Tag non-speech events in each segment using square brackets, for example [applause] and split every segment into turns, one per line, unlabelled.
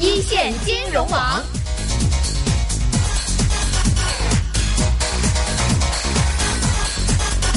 一线金融网。
[laughs]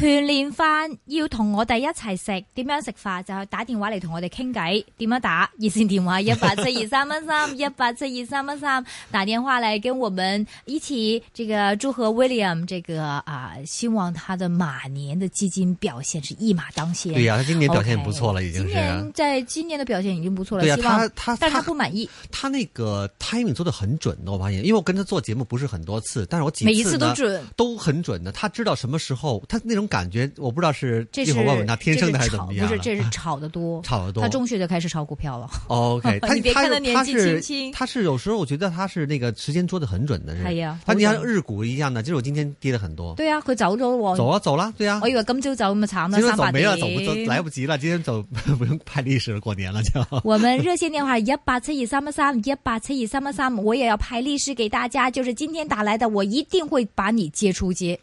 團年飯要同我哋一齊食，點樣食法就係打電話嚟同我哋傾偈，點樣打？熱線電話一八七二三一三一八七二三一三，打電話嚟跟我們一起這個祝賀 William 這個啊，希望他的馬年的基金表現是一馬當先。
对呀、他今年表现不错了，已经
OK，今
是。
年在今年的表現已經不錯了，
对呀、
希望
他他
但是他不满意，
他那个 timing 做的很准的，我发现，因为我跟他做节目不是很多次，但是我几次
每一次
呢
都准。
都很准的。他知道什么时候，他那种感觉，我不知道是
这
一
是
会儿问问他天生的还
这
是怎
炒
么样
不
了。
是，
[laughs]
这是炒得多。
差不多
他。中学就开始炒股
[laughs]
票了，
OK，他
[laughs] 你别看
他
他年纪
他是
轻轻
他是有时候我觉得他是那个时间捉的很准的，是。
哎呀
他你
好
像
准
日股一样的，就是我今天跌了很多，
對啊，佢走咗喎。
走啊走啦，对啊
我。以為今朝走咁啊慘啦，
今天
三
走
百
没了，
點。
走不走来不及了。今天走 [laughs] 不用拍历史了，过年了就。 [laughs]
我们热线电话一八七二三一三一八七二三一三，我也要排历史给大家，就是今天打来的，我一定会把你接出街。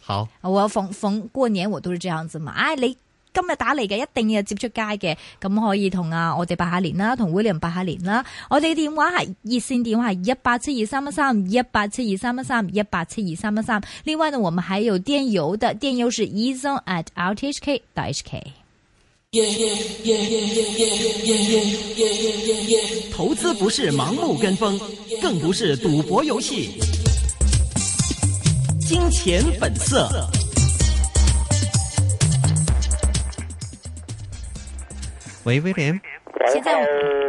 好，
我逢逢過年我都是這樣子嘛，唉、你。今日打嚟嘅一定要接出街嘅，咁可以同啊我哋拜下年啦，同 William 拜下年啦。我哋電話係熱線電話係一八七二三一三一八七二三一三一八七二三一三。另外呢，我們還有電郵的，電郵是 e z o n at rthk hk。
投资不是盲目跟风，更不是赌博游戏。金钱本色。
喂，威廉。
现在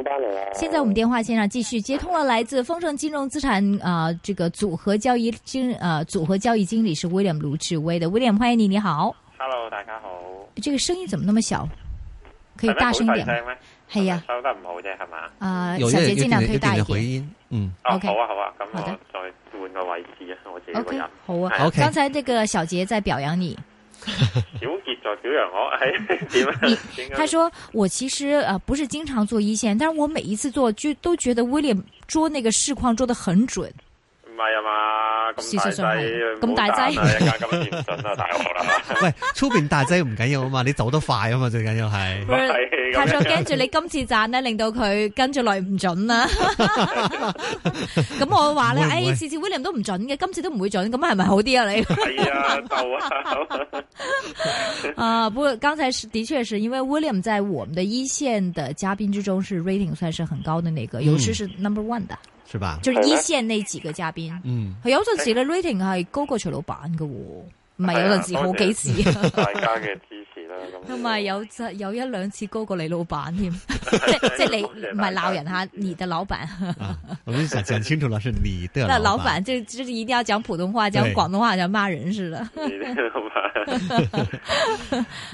八零啊，
现在我们电话线上继续接通了，来自丰盛金融资产啊、呃这个组合交易经呃组合交易经理是 William 卢志威的 William，欢迎你，你好。
Hello，大家好。
哎这个声音怎么那么小？可以
係咩
大声一
好
点
細
嗎？
聲咩？
係呀
收得唔好啫，係嘛？
啊、
有一
小
点
姐
有
尽
一
量
点
推
有
大
哎
一
点回
点。
音，嗯，
哦
OK
好啊，好啊，咁
好的
我再換個位置啊，我哎自己個
OK，
人。
好啊。
係
OK
刚才这个小杰在表扬你，
小傑在表揚我， [laughs] 係點啊？點解
他说我其实呃不是经常做一线，但是我每一次做就都觉得 William 捉那个市况捉得很准。
唔係啊嘛？咁大
事實上係
劑，
咁大劑
唔好彈啊一家咁唔準啊，大鑊啦！
喂，出边大劑唔緊要啊嘛，你走得快啊嘛，最緊
[laughs]
要係。
不是
係
他
咁
说
樣
跟住你今次賺咧，令到佢跟住來唔準
[laughs]
啦。咁我話咧，
會唔會
誒次次 William 都唔準嘅，今次都唔會準，咁係咪好啲
[laughs]
啊你？
係啊，鬥
[laughs]
啊！
啊，不過剛才是的確是因為 William 在我們的一線的嘉賓之中是 rating 算是很高的那
嗯
個，有時是 number one 的，
是吧？
就是一線那幾個嘉賓，
嗯，
佢有陣時咧 rating 係高過徐老闆嘅喎，唔係有陣時
係啊
好幾次。
大家嘅支持啦，咁
同埋有隻有一兩次高過你老闆
[laughs]
添，即即係你唔係鬧人嚇，你的老闆。
啊，我们想讲清楚了，是你的
那
老
老板就就是一定要讲普通话，
对
讲广东话，讲骂人似的。
你哋老
[laughs]
闆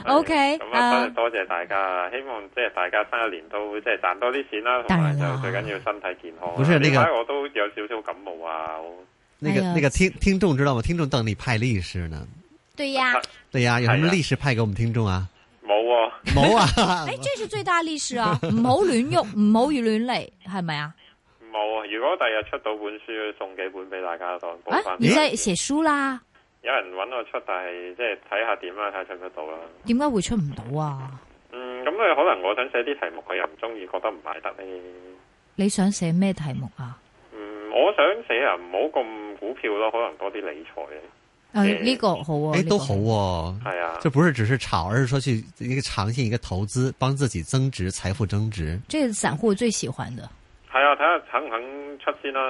OK，
咁啊，
啊
真係，多謝大家，希望即係大家新一年都即係賺多啲錢
啊
啦，同
當
埋
然
就
啦
最緊要身體健康啊。
不是那
點
個
解我都有少少感冒啊，我
那个
哎呀
那个听听众知道吗？听众等你派历史呢。
对呀，
对呀，有什么
哎呀
历史派给我们听众啊？
冇喎，
冇 [laughs] 啊，
哎，这是最大历史啊！唔好乱喐，唔好乱嚟，系咪啊？
冇啊！如果第日出到本書，送幾本俾大家當補
啊
翻，。
你真系写书啦，
有人揾我出，但係即係睇下點啦，睇下出唔出到啦。
点解会出唔到啊？
嗯，咁你可能我想寫啲題目，佢又唔中意，覺得唔賣得咧。
你想写咩题目啊？
嗯，我想寫啊，唔好咁股票咯，可能多啲理財咧。
诶，
誒
呢个好啊，
哎，
呢個
都好哦。
係啊，
这不是只是炒，而是说去一个长线一个投资，帮自己增值、财富增值。
这是散户最喜欢的。
係啊，睇下肯唔肯出先啦。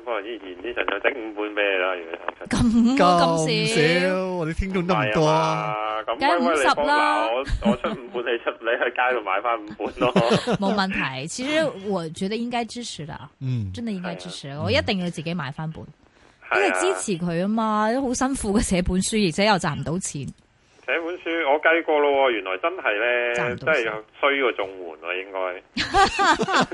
不過依然呢陣就整五本俾你啦，如果肯出。
咁嗯咁
咁
少，
少，我的听众
唔
那么
係
多，
啊嘛，
梗
咁
係
威威你
50
幫
啦
我我出五本，你出你去街度買翻五本
[laughs]
咯。
冇问题。其实我觉得应该支持的，
嗯，
真的应该支持。
啊
我一定要自己买翻本，因为
係啊，
支持佢啊嘛，都好辛苦嘅写本书，而且又赚唔到钱。
寫本書我計過咯喎，原來真係
賺
咧，
唔
真
到錢啊
係衰過綜援咯，
[laughs]
應該。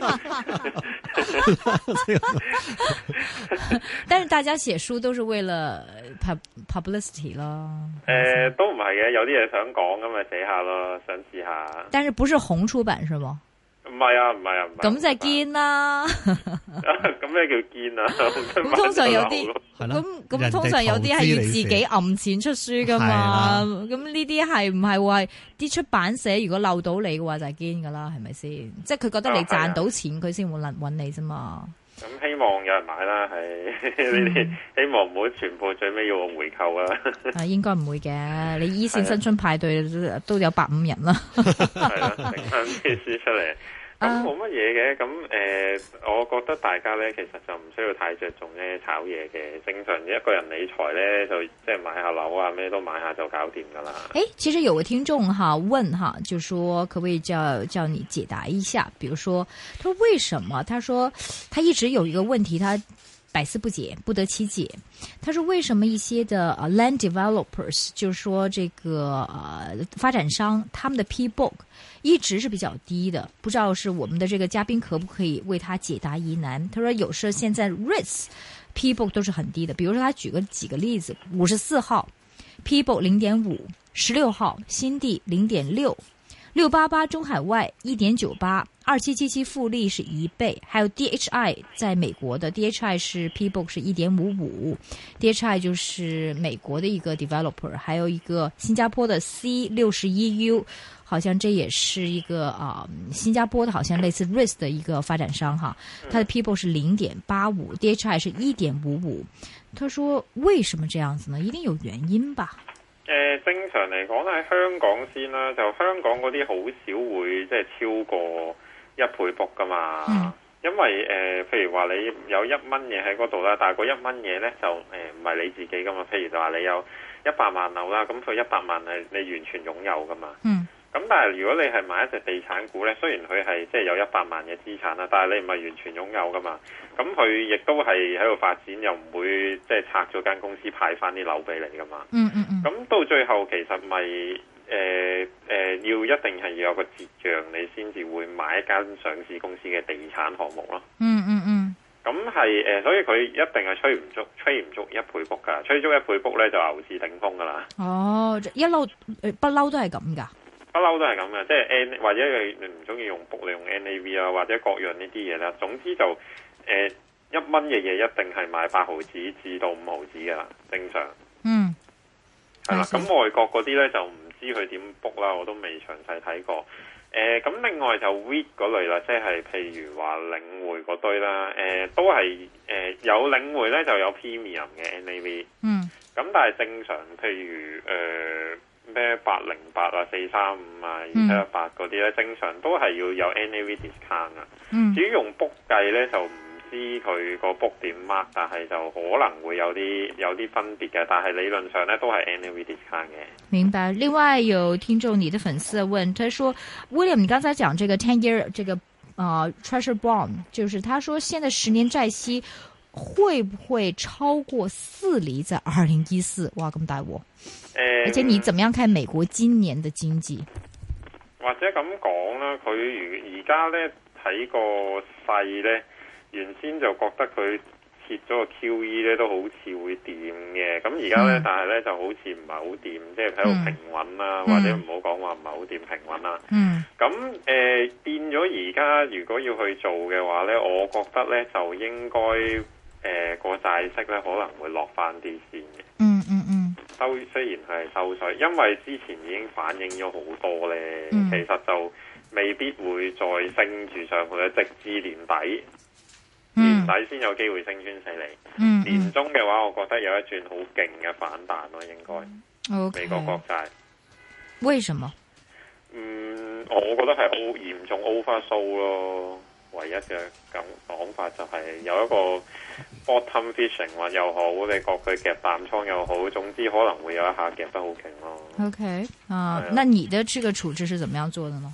但是大家写书都是为了呃 pub publicity 啦，
诶、
啊
都唔係嘅，有啲嘢想講咁咪寫下咯，想試下。
但是不是红出版是吗？
唔係啊，唔係啊，唔係啊
咁就係。堅啦。
唔係啊 [laughs] 咁咩
[laughs]
叫堅啊？咁
咁通常有啲
係咯
咁咁
人哋
通常有啲係要
投資
自
你
己
先
揞錢出書噶嘛，咁呢啲係唔係話啲出版社如果漏到你嘅話就係堅噶啦，係咪先？即係佢覺得你
啊係啊
賺到錢，佢先會揾揾你啫嘛。
咁希望有人買啦，係呢啲希望唔好全部最尾要我回購啊，
啊，應該唔會嘅，你依線
係啊
新春派對都都有百五人啦。
係啦，整翻啲書出嚟。咁冇乜嘢嘅，咁誒、我覺得大家咧其實就唔需要太着重咧炒嘢嘅，正常一個人理財咧就即係買下樓啊，咩都買下就搞掂噶啦。
哎，其實有個聽眾哈問哈，就說可不可以叫叫你解答一下？比如說，他說為什麼？他說他一直有一個問題，他百思不解，不得其解。他说为什么一些的呃 land developers，就是说这个呃发展商，他们的 P book 一直是比较低的，不知道是我们的这个嘉宾可不可以为他解答疑难？他说有时候现在 risk P book 都是很低的，比如说他举个几个例子，五十四号 P book 零点五，十六号新地零点六。六八八中海外一点九八，二七七七复利是一倍，还有 DHI 在美国的 DHI 是 PBook 是一点五五，DHI 就是美国的一个 developer，还有一个新加坡的 C 六十一 U，好像这也是一个啊、新加坡的好像类似 RIS 的一个发展商哈，它的 PBook 是零点八五，DHI 是一点五五，他说为什么这样子呢？一定有原因吧？
誒、呃正常嚟講喺香港先啦，就香港嗰啲好少會即係超過一倍 book 噶嘛。
嗯
因為誒、呃譬如話你有一蚊嘢喺嗰度啦，但係嗰一蚊嘢咧就誒呃唔係你自己噶嘛。譬如就話你有一百萬樓啦，咁佢一百萬係你完全擁有噶嘛。
嗯
咁但係如果你係買一隻地產股咧，雖然佢係即係有一百萬嘅資產啦，但係你唔係完全擁有噶嘛。咁佢亦都係喺度發展，又唔會即係拆咗間公司派翻啲樓俾你噶嘛。
嗯嗯嗯，
咁到最後其實咪誒誒要一定係要有個折讓，你先至會買一間上市公司嘅地產項目咯。
嗯嗯嗯，
咁係誒，所以佢一定係吹唔足，吹唔足一倍谷㗎，吹足一倍谷咧就牛市頂峰㗎啦，
哦，一路呃不嬲都係咁噶。
不嬲都係咁嘅，即係 N 或者你唔中意用 book，你用 NAV 啊，或者各樣呢啲嘢啦。總之就誒、呃一蚊嘅嘢一定係買八毫子至到五毫子㗎啦，正常。
嗯，
係啦，
係
咁外國嗰啲咧就唔知佢點 book 啦，我都未詳細睇過。誒、咁另外就 REIT 嗰類啦，即係譬如話領匯嗰堆啦，誒、都係誒、有領匯咧就有 premium 嘅 NAV，
嗯
咁但係正常譬如誒咩八零八啊、四三五啊、二七
嗯
一八嗰啲咧，正常都係要有 NAV discount 啊。
嗯
至於用 book 計咧，就唔知佢個 book 點 mark，但係就可能會有啲有啲分別嘅。但係理論上咧都係 NAV discount 嘅。
明白。另外有听众你的粉丝问，他说：“William，你刚才讲这个 ten year 这个呃 treasure bond，就是他说现在十年债息会不会超过四厘？在二零一四，哇，咁大镬！
誒、
而且你怎么样看美国今年的经济？
或者咁講啦，佢如而家咧睇個勢咧，原先就覺得佢切咗個 QE 咧都好似會掂嘅，咁而家咧
嗯
但係咧就好似唔係好掂，即係喺度
嗯
平穩啦，
嗯
或者唔好講話唔係好掂平穩啦。
嗯
咁誒、呃、變咗而家如果要去做嘅話咧，我覺得咧就應該誒、呃、個債息咧可能會落翻啲先嘅。
嗯嗯嗯
收雖然係收水，因為之前已經反映咗好多咧，
嗯
其實就未必會再升住上去，直至年底，
嗯
年底先有機會升穿四厘。
嗯
年
嗯
中嘅話，我覺得有一轉好勁嘅反彈咯，應該美
嗯，OK，
國國債。
为什么？
嗯，我覺得係 O 嚴重 oversold 咯，唯一嘅咁講法就係有一個 bottom fishing 或又好，你覺佢夾淡倉又好，總之可能會有一下夾得好勁咯。
OK 啊、
哎呀
那你的这个处置是怎么样做的呢？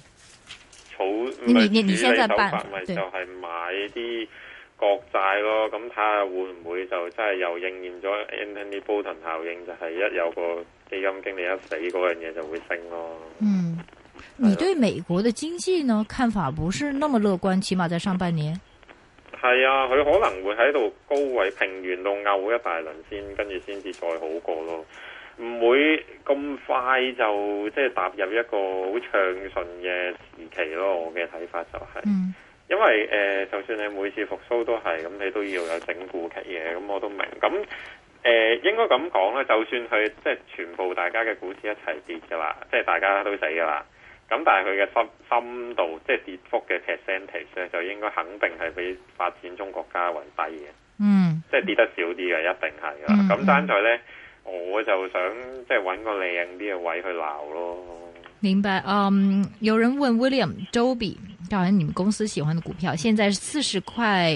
儲
你
咪
你你
處
現
理
在
手
辦
法咪
對
就係買啲國債咯，咁睇下會唔會就真係又應驗咗 Anthony Bolton 效應，就係一有個基金經理一死嗰樣嘢就會升咯。
嗯，
哎
你对美国的经济呢看法不是那么乐观，起码在上半年。
係啊，佢可能會喺度高位平原度拗一大輪先，跟住先至再好過咯。唔會咁快就即係踏入一個好暢順嘅時期咯。我嘅睇法就係、
嗯
因為誒、呃就算你每次復甦都係咁，你都要有整固期嘅，咁我都明。咁誒、呃、應該咁講咧，就算佢即係全部大家嘅股市一齊跌嘅啦，即係大家都死嘅啦。咁但係佢嘅深深度，即係跌幅嘅 percentage 咧，就應該肯定係比發展中國家為低嘅。
嗯
即係跌得少啲嘅，一定係噶啦
嗯。
咁單在咧，我就想即係揾個靚啲嘅位去鬧咯。
明白。嗯，有人問 William 周比，当然你们公司喜欢的股票，现在四十块，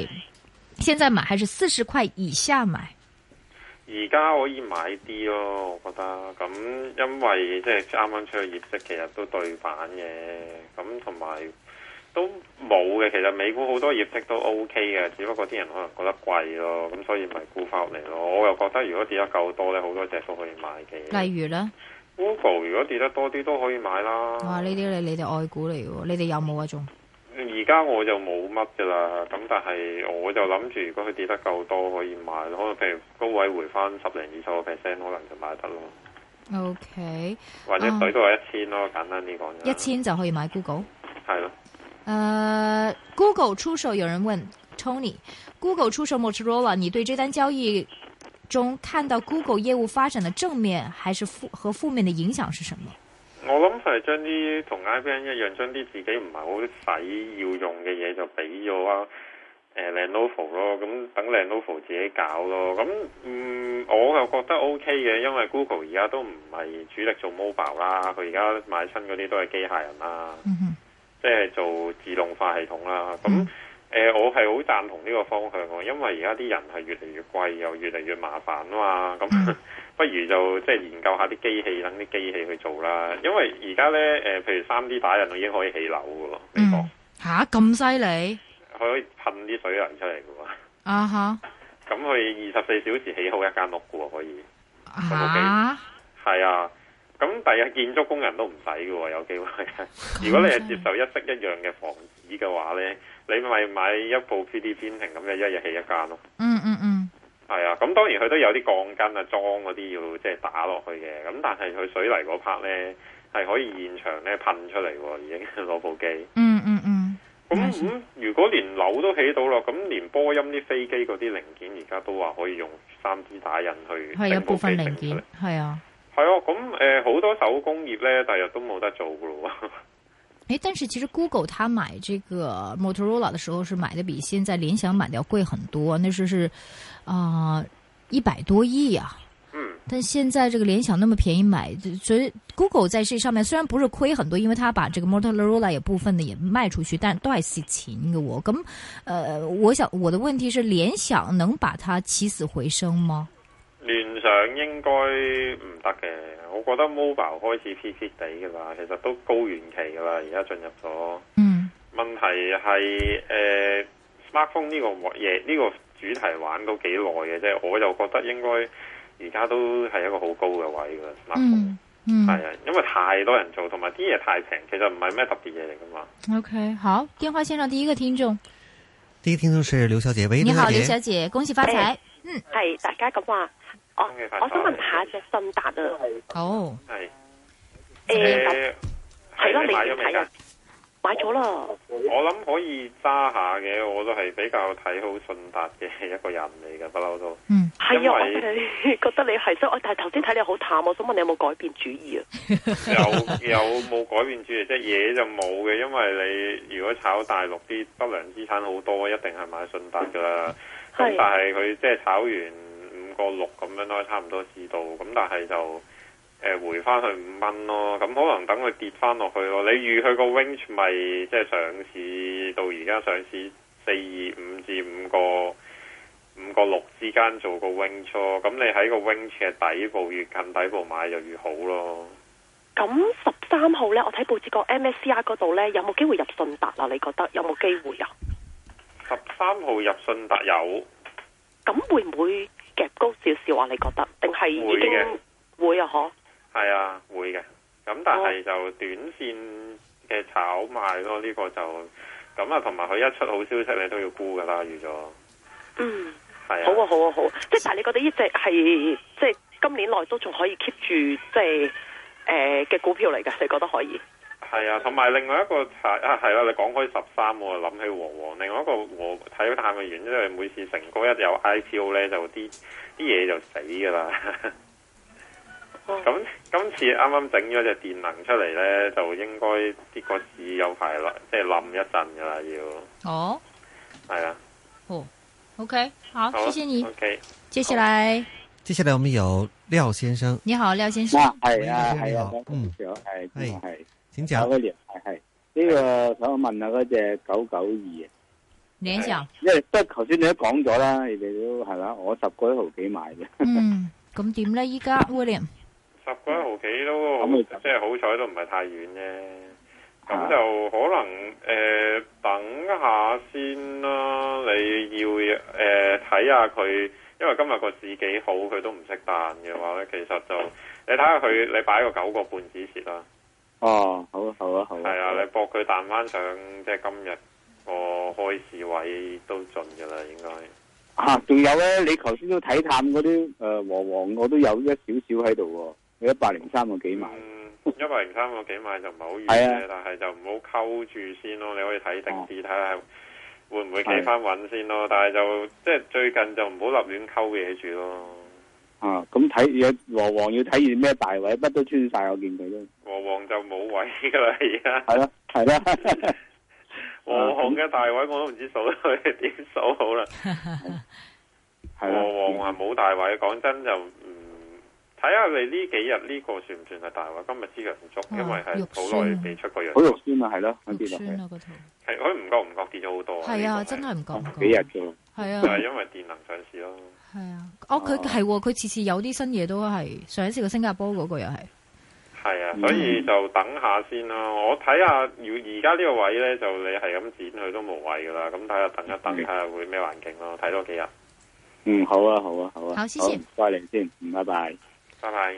现在买还是四十块以下买？
而家可以買啲咯，我覺得咁，因為即係啱啱出嘅業績，其實都對版嘅，咁同埋都冇嘅。其實美股好多業績都 OK 嘅，只不過啲人可能覺得貴咯，咁所以咪沽翻嚟咯。我又覺得如果跌得夠多咧，好多隻都可以買嘅。
例如咧，
Google 如果跌得多啲都可以買啦。
哇！呢啲你你哋愛股嚟嘅喎，你哋有冇啊？仲
而家我就冇乜噶啦，咁但係我就諗住，如果佢跌得夠多可以買咯，可能譬如高位回翻十零二十個 percent，可能就買得咯，
OK，
或者
啊
水到係一千咯，簡單啲講就
一千就可以買 Google。
係咯，
呃，Google 出售，有人問 Tony，Google 出售 Motorola，你对这单交易中看到 Google 业务发展的正面还是负和负面的影响是什么？
我諗係將啲同 IBM 一樣，將啲自己唔係好使要用嘅嘢就俾咗啊。誒 Lenovo 咯，咁等 Lenovo 自己搞咯。咁嗯，我又覺得 OK 嘅，因為 Google 而家都唔係主力做 mobile 啦，佢而家買親嗰啲都係機械人啦。
嗯哼，
即係做自動化系統啦。咁誒、
嗯
呃我係好贊同呢個方向喎，因為而家啲人係越嚟越貴，又越嚟越麻煩啊嘛。咁
嗯
[laughs] 不如就即係研究下啲機器，等啲機器去做啦。因為而家咧誒，譬如三 D 打印，我已經可以起樓噶咯，美國
嗯，
吓咁犀利
佢可以噴啲水泥出嚟噶喎。
啊哈
咁佢二十四小時起好一間屋噶喎，可以。
啊！
係啊，咁第日建築工人都唔使嘅喎，有
[laughs]
機會。如果你係接受一式一樣嘅房子嘅話呢，你咪買一部 3D 編程咁嘅一日起一間咯。
嗯嗯嗯，
係啊，咁當然佢都有啲鋼筋啊、裝嗰啲要即係打落去嘅，咁但係佢水泥嗰 part 呢，係可以現場呢噴出嚟喎，已經攞部機。
嗯嗯嗯，
咁
係
咁、如果連樓都起到咯，咁連波音啲飛機嗰啲零件而家都話可以用 3D 打印去
係有
整部
部分
機
零
整出嚟
件，係啊。
係啊，咁誒好多手工業咧，第日都冇得做噶咯 [laughs] 喎。
诶，但是其实 Google 它买这个 Motorola 的时候是买的比现在联想买的要贵很多，那时是啊一百多亿啊。
嗯，
但现在这个联想那么便宜买，就所以 Google 在这上面虽然不是亏很多，因为它把这个 Motorola 也部分的也卖出去，但都还是钱给我。咁，呃，我想我的问题是，联想能把它起死回生吗？
聯想應該唔得嘅，我覺得 mobile 開始 P P 地噶啦，其實都高原期噶啦，而家進入咗。
嗯
問題係誒、smartphone 呢個嘢呢、個主題玩到幾耐嘅啫，我就覺得應該而家都係一個好高嘅位噶啦，smartphone
嗯嗯
係啊、因為太多人做，同埋啲嘢太平，其實唔係咩特別嘢嚟噶嘛。
，OK，好，嗯电话线上第一个听众，
第一听众是刘小姐，喂，
你好，
刘
刘小姐，恭喜发财
哎系大家咁話，我
恭喜發財
我想問下只信達啊，
哦，
係
誒、
誒
係咯，
你
你
買咗未
睇
㗎
啊？？買咗啦，
我諗可以揸下嘅，我都係比較睇好信達嘅一個人嚟嘅，不嬲都。
嗯
因為
係啊，我真係覺得你係，所以我但係頭先睇你好淡，我想問你有冇改變主意啊？
有有冇改變主義？即係嘢就冇嘅，因為你如果炒大陸啲不良資產好多，一定係買信達噶啦。咁
係
但係佢即係炒完五個六咁樣咯，差唔多市道。咁但係就誒、呃回翻去五蚊咯。咁可能等佢跌翻落去咯。你預佢個 range 咪即係上市到而家上市四二五至五個。五個六之間做個 wing 咯，咁你喺個 wing 嘅底部越近底部買就越好咯。
咁十三號咧，我睇報紙講 MSCI 嗰度咧，有冇機會入信達啊？你覺得有冇機會啊？
十三號入信達有，
咁會唔會夾高少少啊？你覺得？定係已
會嘅
經會啊？嗬？
係啊，會嘅。咁但係就短線嘅炒賣咯，呢、個就咁啊，同埋佢一出好消息，你都要沽噶啦，預咗。
嗯，
係
好啊，
啊，
好啊，好啊。即係但係你覺得呢只係即係今年內都仲可以 keep 住即係誒嘅股票嚟嘅，你覺得可以？
係啊，同埋另外一個係啊，係啦、你講開十三，我就諗起和黃。另外一個和睇淡嘅原因，因為每次成哥一有 IPO 咧，就啲啲嘢就死㗎啦。
哦
咁今次啱啱整咗隻電能出嚟咧，就應該啲個市有排冧，即係冧一陣㗎啦，要
哦
係啊。
哦，OK，好，
好啊
謝謝你。
OK。
接下來
接下来我们有廖先生，
你好，廖先生。
啊，係啊，
喂
係啊，
嗯
係係
係
係，
请
有
讲。
嗰年係係呢個想問下嗰只九九二，啊
聯想，
因為不過頭先你都講咗啦，你哋都係啦，我十個一毫幾買嘅，
嗯，咁點咧？依家 William，
十個一毫幾都好
咁咪就
即係好彩都唔係太遠啫。咁
啊
就可能誒、呃等下先啦。你要誒睇下佢，因為今日個市幾好，佢都唔識彈嘅話咧，其實就你睇下佢，你擺個九個半止蝕啦。
哦，好啊，好啊，好啊，
係啊，你搏佢彈翻上即係今日個開市位都盡嘅啦，應該。
啊，仲有咧，你頭先都睇探嗰啲誒和黃，我都有一少少喺度喎，有一百零三個幾買，
嗯，一百零三個幾買就唔係好遠
係
嘅，但係就唔好溝住先咯。你可以睇定啲，睇下會唔會企翻穩先咯。但係就即係最近就唔好立亂溝嘢住咯。
啊，咁睇嘢和黃要睇住咩大位，乜都穿晒，我見佢都
和黃就冇位噶啦， [laughs] 而家
係啦，係啦，
和黃嘅大位我都唔知數 [laughs] 到佢點數好啦。
係
和黃
啦，
係啊冇大位，講真就嗯，睇下你呢幾日呢個算唔算係大位？今日支陽燭，因為
肉
係好
酸
耐
啊
未出過陽
好
燭，
肉酸啊，係咯，咁
肉
跌落
酸
去
啊個圖，
係佢唔覺唔覺跌咗好多啊。
係啊，
呢個
真係唔講唔
幾日
講，
嘅喎。
係
就係
啊，
因為電能上市咯。
係啊，哦，佢係喎佢次次有啲新嘢都係，上一次個新加坡嗰個又係，
係啊，所以就等下先啦。我睇下，要而家呢個位呢，就你係咁剪佢都無謂噶啦。咁睇下等一等，睇下會咩環境咯。睇多幾日，
嗯，好啊，好啊，好啊。
好謝謝
唔該你先，嗯，拜拜。
拜拜。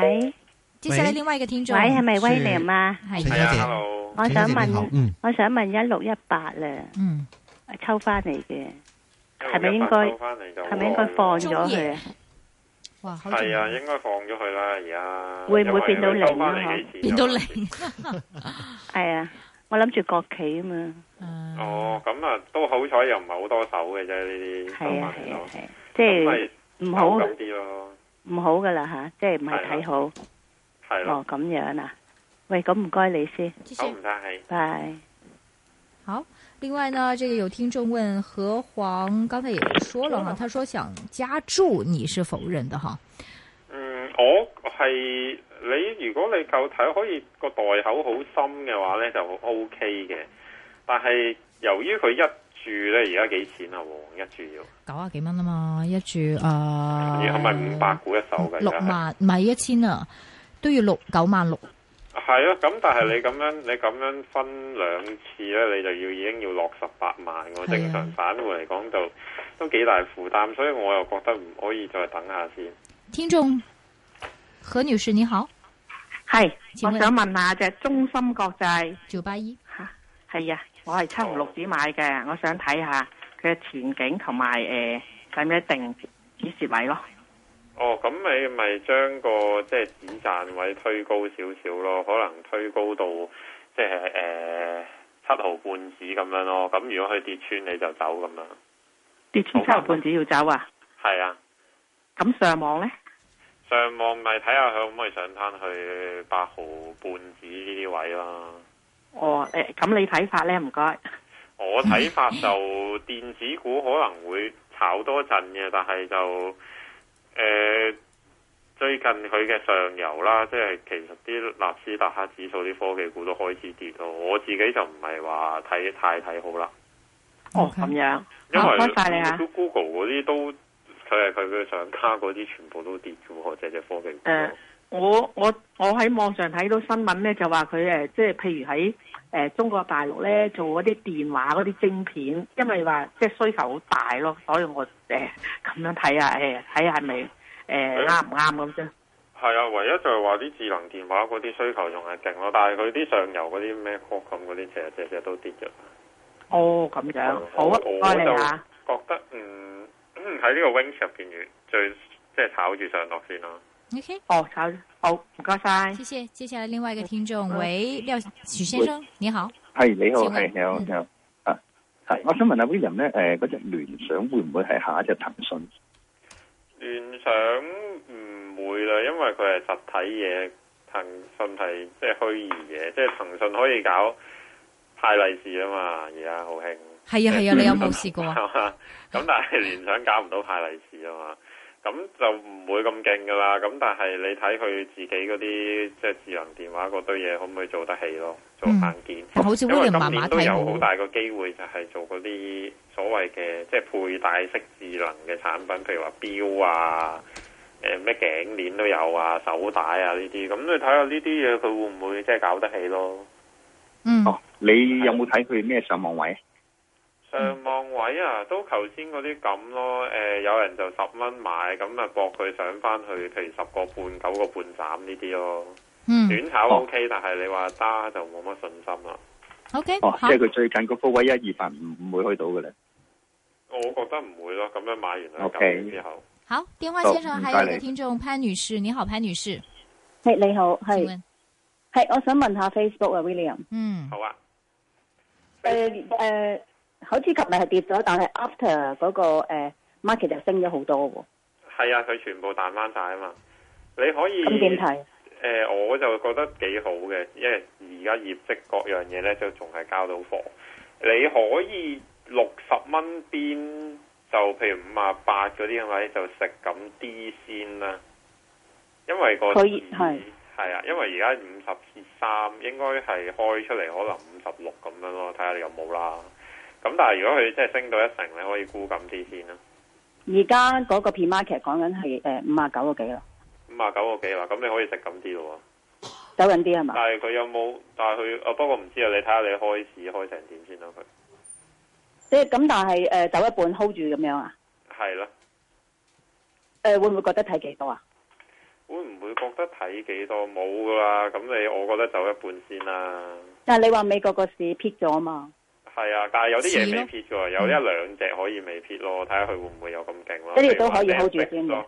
喂
接下來另外一個聽眾，
喂，係咪
是
威廉啊？
陳
係，
係
小
啊
姐
，hello。
我
陳小
想
姐你好
問，
嗯，
我想問一六一八咧，
嗯，
抽翻嚟嘅，係
係
咪應該
翻嚟就
係咪應該放咗
中
佢
意
啊？
哇，好
係啊，應該放咗佢啦。而家
會唔會變到
因為佢收
零啊
返嚟幾錢
變到零，
係
à.
啊，我諗住國企啊嘛，
啊
哦，咁啊，都好彩又唔係好多手嘅啫。呢啲收
係
返
à,
啊係
嚟
啊
就
係啊，即
咁
係
咪
唔好
收緊啲咯。
唔好噶啦吓，即係唔係睇好
係咯，
Ờ,
哦咁樣啊？喂，咁唔該你先，
謝
好
謝
唔太氣。
拜。
好，另外呢，这个有听众问何黄，刚才也说了哈，他说想加注，你是否认的哈？
嗯，我係你，如果你夠睇可以個袋口好深嘅話呢，就 O K 嘅。但係由於佢一注呢，而家幾錢啊？黃一注要，
九啊幾蚊啊嘛，一注啊，
係咪五百股一手嘅？
六萬，唔係一千啊，都要六九萬六。
係啊，咁但係你咁樣你咁樣分兩次呢，你就要已經要落十八萬喎。
係啊
正常散户嚟講就都幾大負擔，所以我又覺得唔可以再等下先。
聽眾何女士你好，
系，
請
我
問
想問下隻中芯國際
九八一，
吓，係啊，我係七毫六子買嘅，我想睇下佢嘅前景同埋诶，使唔使定指示位咯？
哦，咁你咪將個即係止賺位推高少少咯，可能推高到即係誒七毫半子咁樣咯。咁如果佢跌穿你就走咁樣。
跌穿七毫半子要走啊？
係啊，
咁上網咧？
上望咪睇下佢可唔可以上翻去八毫半子呢啲位咯。
哦，诶、咁你睇法咧？唔該。
我睇法就電子股可能會炒多陣嘅，但係就誒、呃最近佢嘅上游啦，即係其實啲納斯達克指數啲科技股都開始跌咯。我自己就唔係話睇太睇好啦，
哦，咁樣。
因
好
為
唔該晒你啊。
Google 嗰啲都佢係佢嘅上家嗰啲全部都跌嘅喎，隻隻科技股都。
誒我我我喺網上睇到新聞咧，就話佢誒，即係譬如喺誒、呃中國大陸咧做嗰啲電話嗰啲晶片，因為話即係需求好大咯，所以我誒咁、樣睇下誒睇下係咪誒啱唔啱咁啫。
係啊，唯一就係話啲智能電話嗰啲需求仲係勁咯，但係佢啲上游嗰啲咩 c o c o m 嗰啲，隻隻隻都跌咗。
哦，咁樣好啊，
我
唔該你啊，
覺得嗯嗯喺呢個 wing 入邊越最即係炒住上落先啦。
OK，
哦，炒好，唔該晒。
谢谢。接下来另外一个听众，喂，廖许先生，你好。
係你好，
請問
係你好，你好。啊，係，我想問下 William 咧，誒嗰只聯想會唔會係下一隻騰訊？
聯想唔會啦，因為佢係實體嘢，騰訊係即係虛擬嘢，即係騰訊可以搞派利是啊嘛，而家好興。
係啊係啊，你有冇試過啊？
係嘛 [laughs] 咁但係聯想搞唔到派利是啊嘛，咁就唔會咁勁噶啦。咁但係你睇佢自己嗰啲即係智能電話嗰堆嘢可唔可以做得起咯？做硬件，
好似
因為
William 麻
今
麻
年都
睇
有好
我，
大個機會就係做嗰啲所謂嘅即係佩戴式智能嘅產品，譬如話錶啊。誒咩頸鏈都有啊，手帶啊呢啲，咁你睇下呢啲嘢佢會唔會即係搞得起咯？
嗯，
哦，你有冇睇佢咩上網位？
上望位啊，都頭先嗰啲咁咯。誒、有人就十蚊買，咁啊搏佢上翻去，譬如十個半、九個半斬呢啲咯。
嗯
短炒 OK，、但係你話揸就冇乜信心啦。
，OK，
哦，
好
即係，佢最近嗰高位一二八唔唔會去到嘅咧。
我覺得唔會咯，咁樣買完兩嚿
OK
嘢之後，
好，電話
好
線上
唔
還
該
有一個
你
聽眾潘女士，你好，潘女士，
系你好，系
請問，
系，我想問下 Facebook 啊，William，
嗯
好啊。
诶诶，好似琴日係跌咗，但係 after 嗰個诶 market 就升咗好多喎，
係啊，佢全部彈翻晒啊嘛。你可以
咁點睇？
誒、我就覺得幾好嘅，因為而家業績各樣嘢咧，就仲係交到貨。你可以六十蚊邊就譬如五啊八嗰啲位就食咁啲先啦，因為個
佢
市
係
係啊，因為而家五十三應該係開出嚟可能五十六咁樣咯，睇下你有冇啦。咁但係如果佢真係升到一成，你可以估咁啲先啦，
而家嗰個 P market 講緊係诶五啊九個幾咯，
五啊九個幾啦，咁你可以食咁啲咯喎。
走緊啲係嘛
但？係佢有冇？但係佢，啊不過唔知啊，你睇下你開市開成點先啦。佢
即係咁，但係诶走一半 hold 住咁樣啊？
係啦，
诶會唔會覺得睇幾多啊？
會唔會覺得睇幾多冇噶啦？咁你我覺得走一半先啦。
但係你話美國個市撇咗啊嘛？
係啊，但係有啲嘢
似
未
咯
撇嘅喎，有一兩隻可以未撇咯，睇下佢會唔會有咁勁咯。
即係你都可以
譬如話
hold 住
Netflix
先嘅
咯。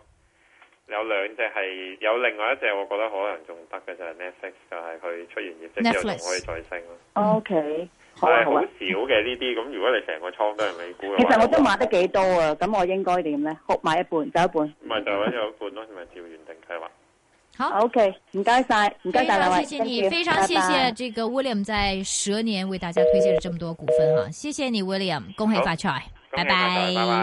有兩隻係有另外一隻，我覺得可能仲得嘅就係 Netflix，就係佢出完業績之後仲
Netflix
可以再升咯。
O K，好
但
啊
係
好
好
啊
少。嘅呢啲，咁如果你成個倉都係美股嘅話，
其實我都買得幾多啊，咁我應該點咧？好買一半，走一半。
咪就揾有一半咯，咪照原定計劃。
好。
O K，唔該晒，唔該
非
晒兩
常
位，
谢谢你，
thank you，
非常
拜拜
谢谢这个 William 在蛇年为大家推荐了这么多股份哈，谢谢你 William，恭喜
好
发财，
恭
拜
喜發財拜拜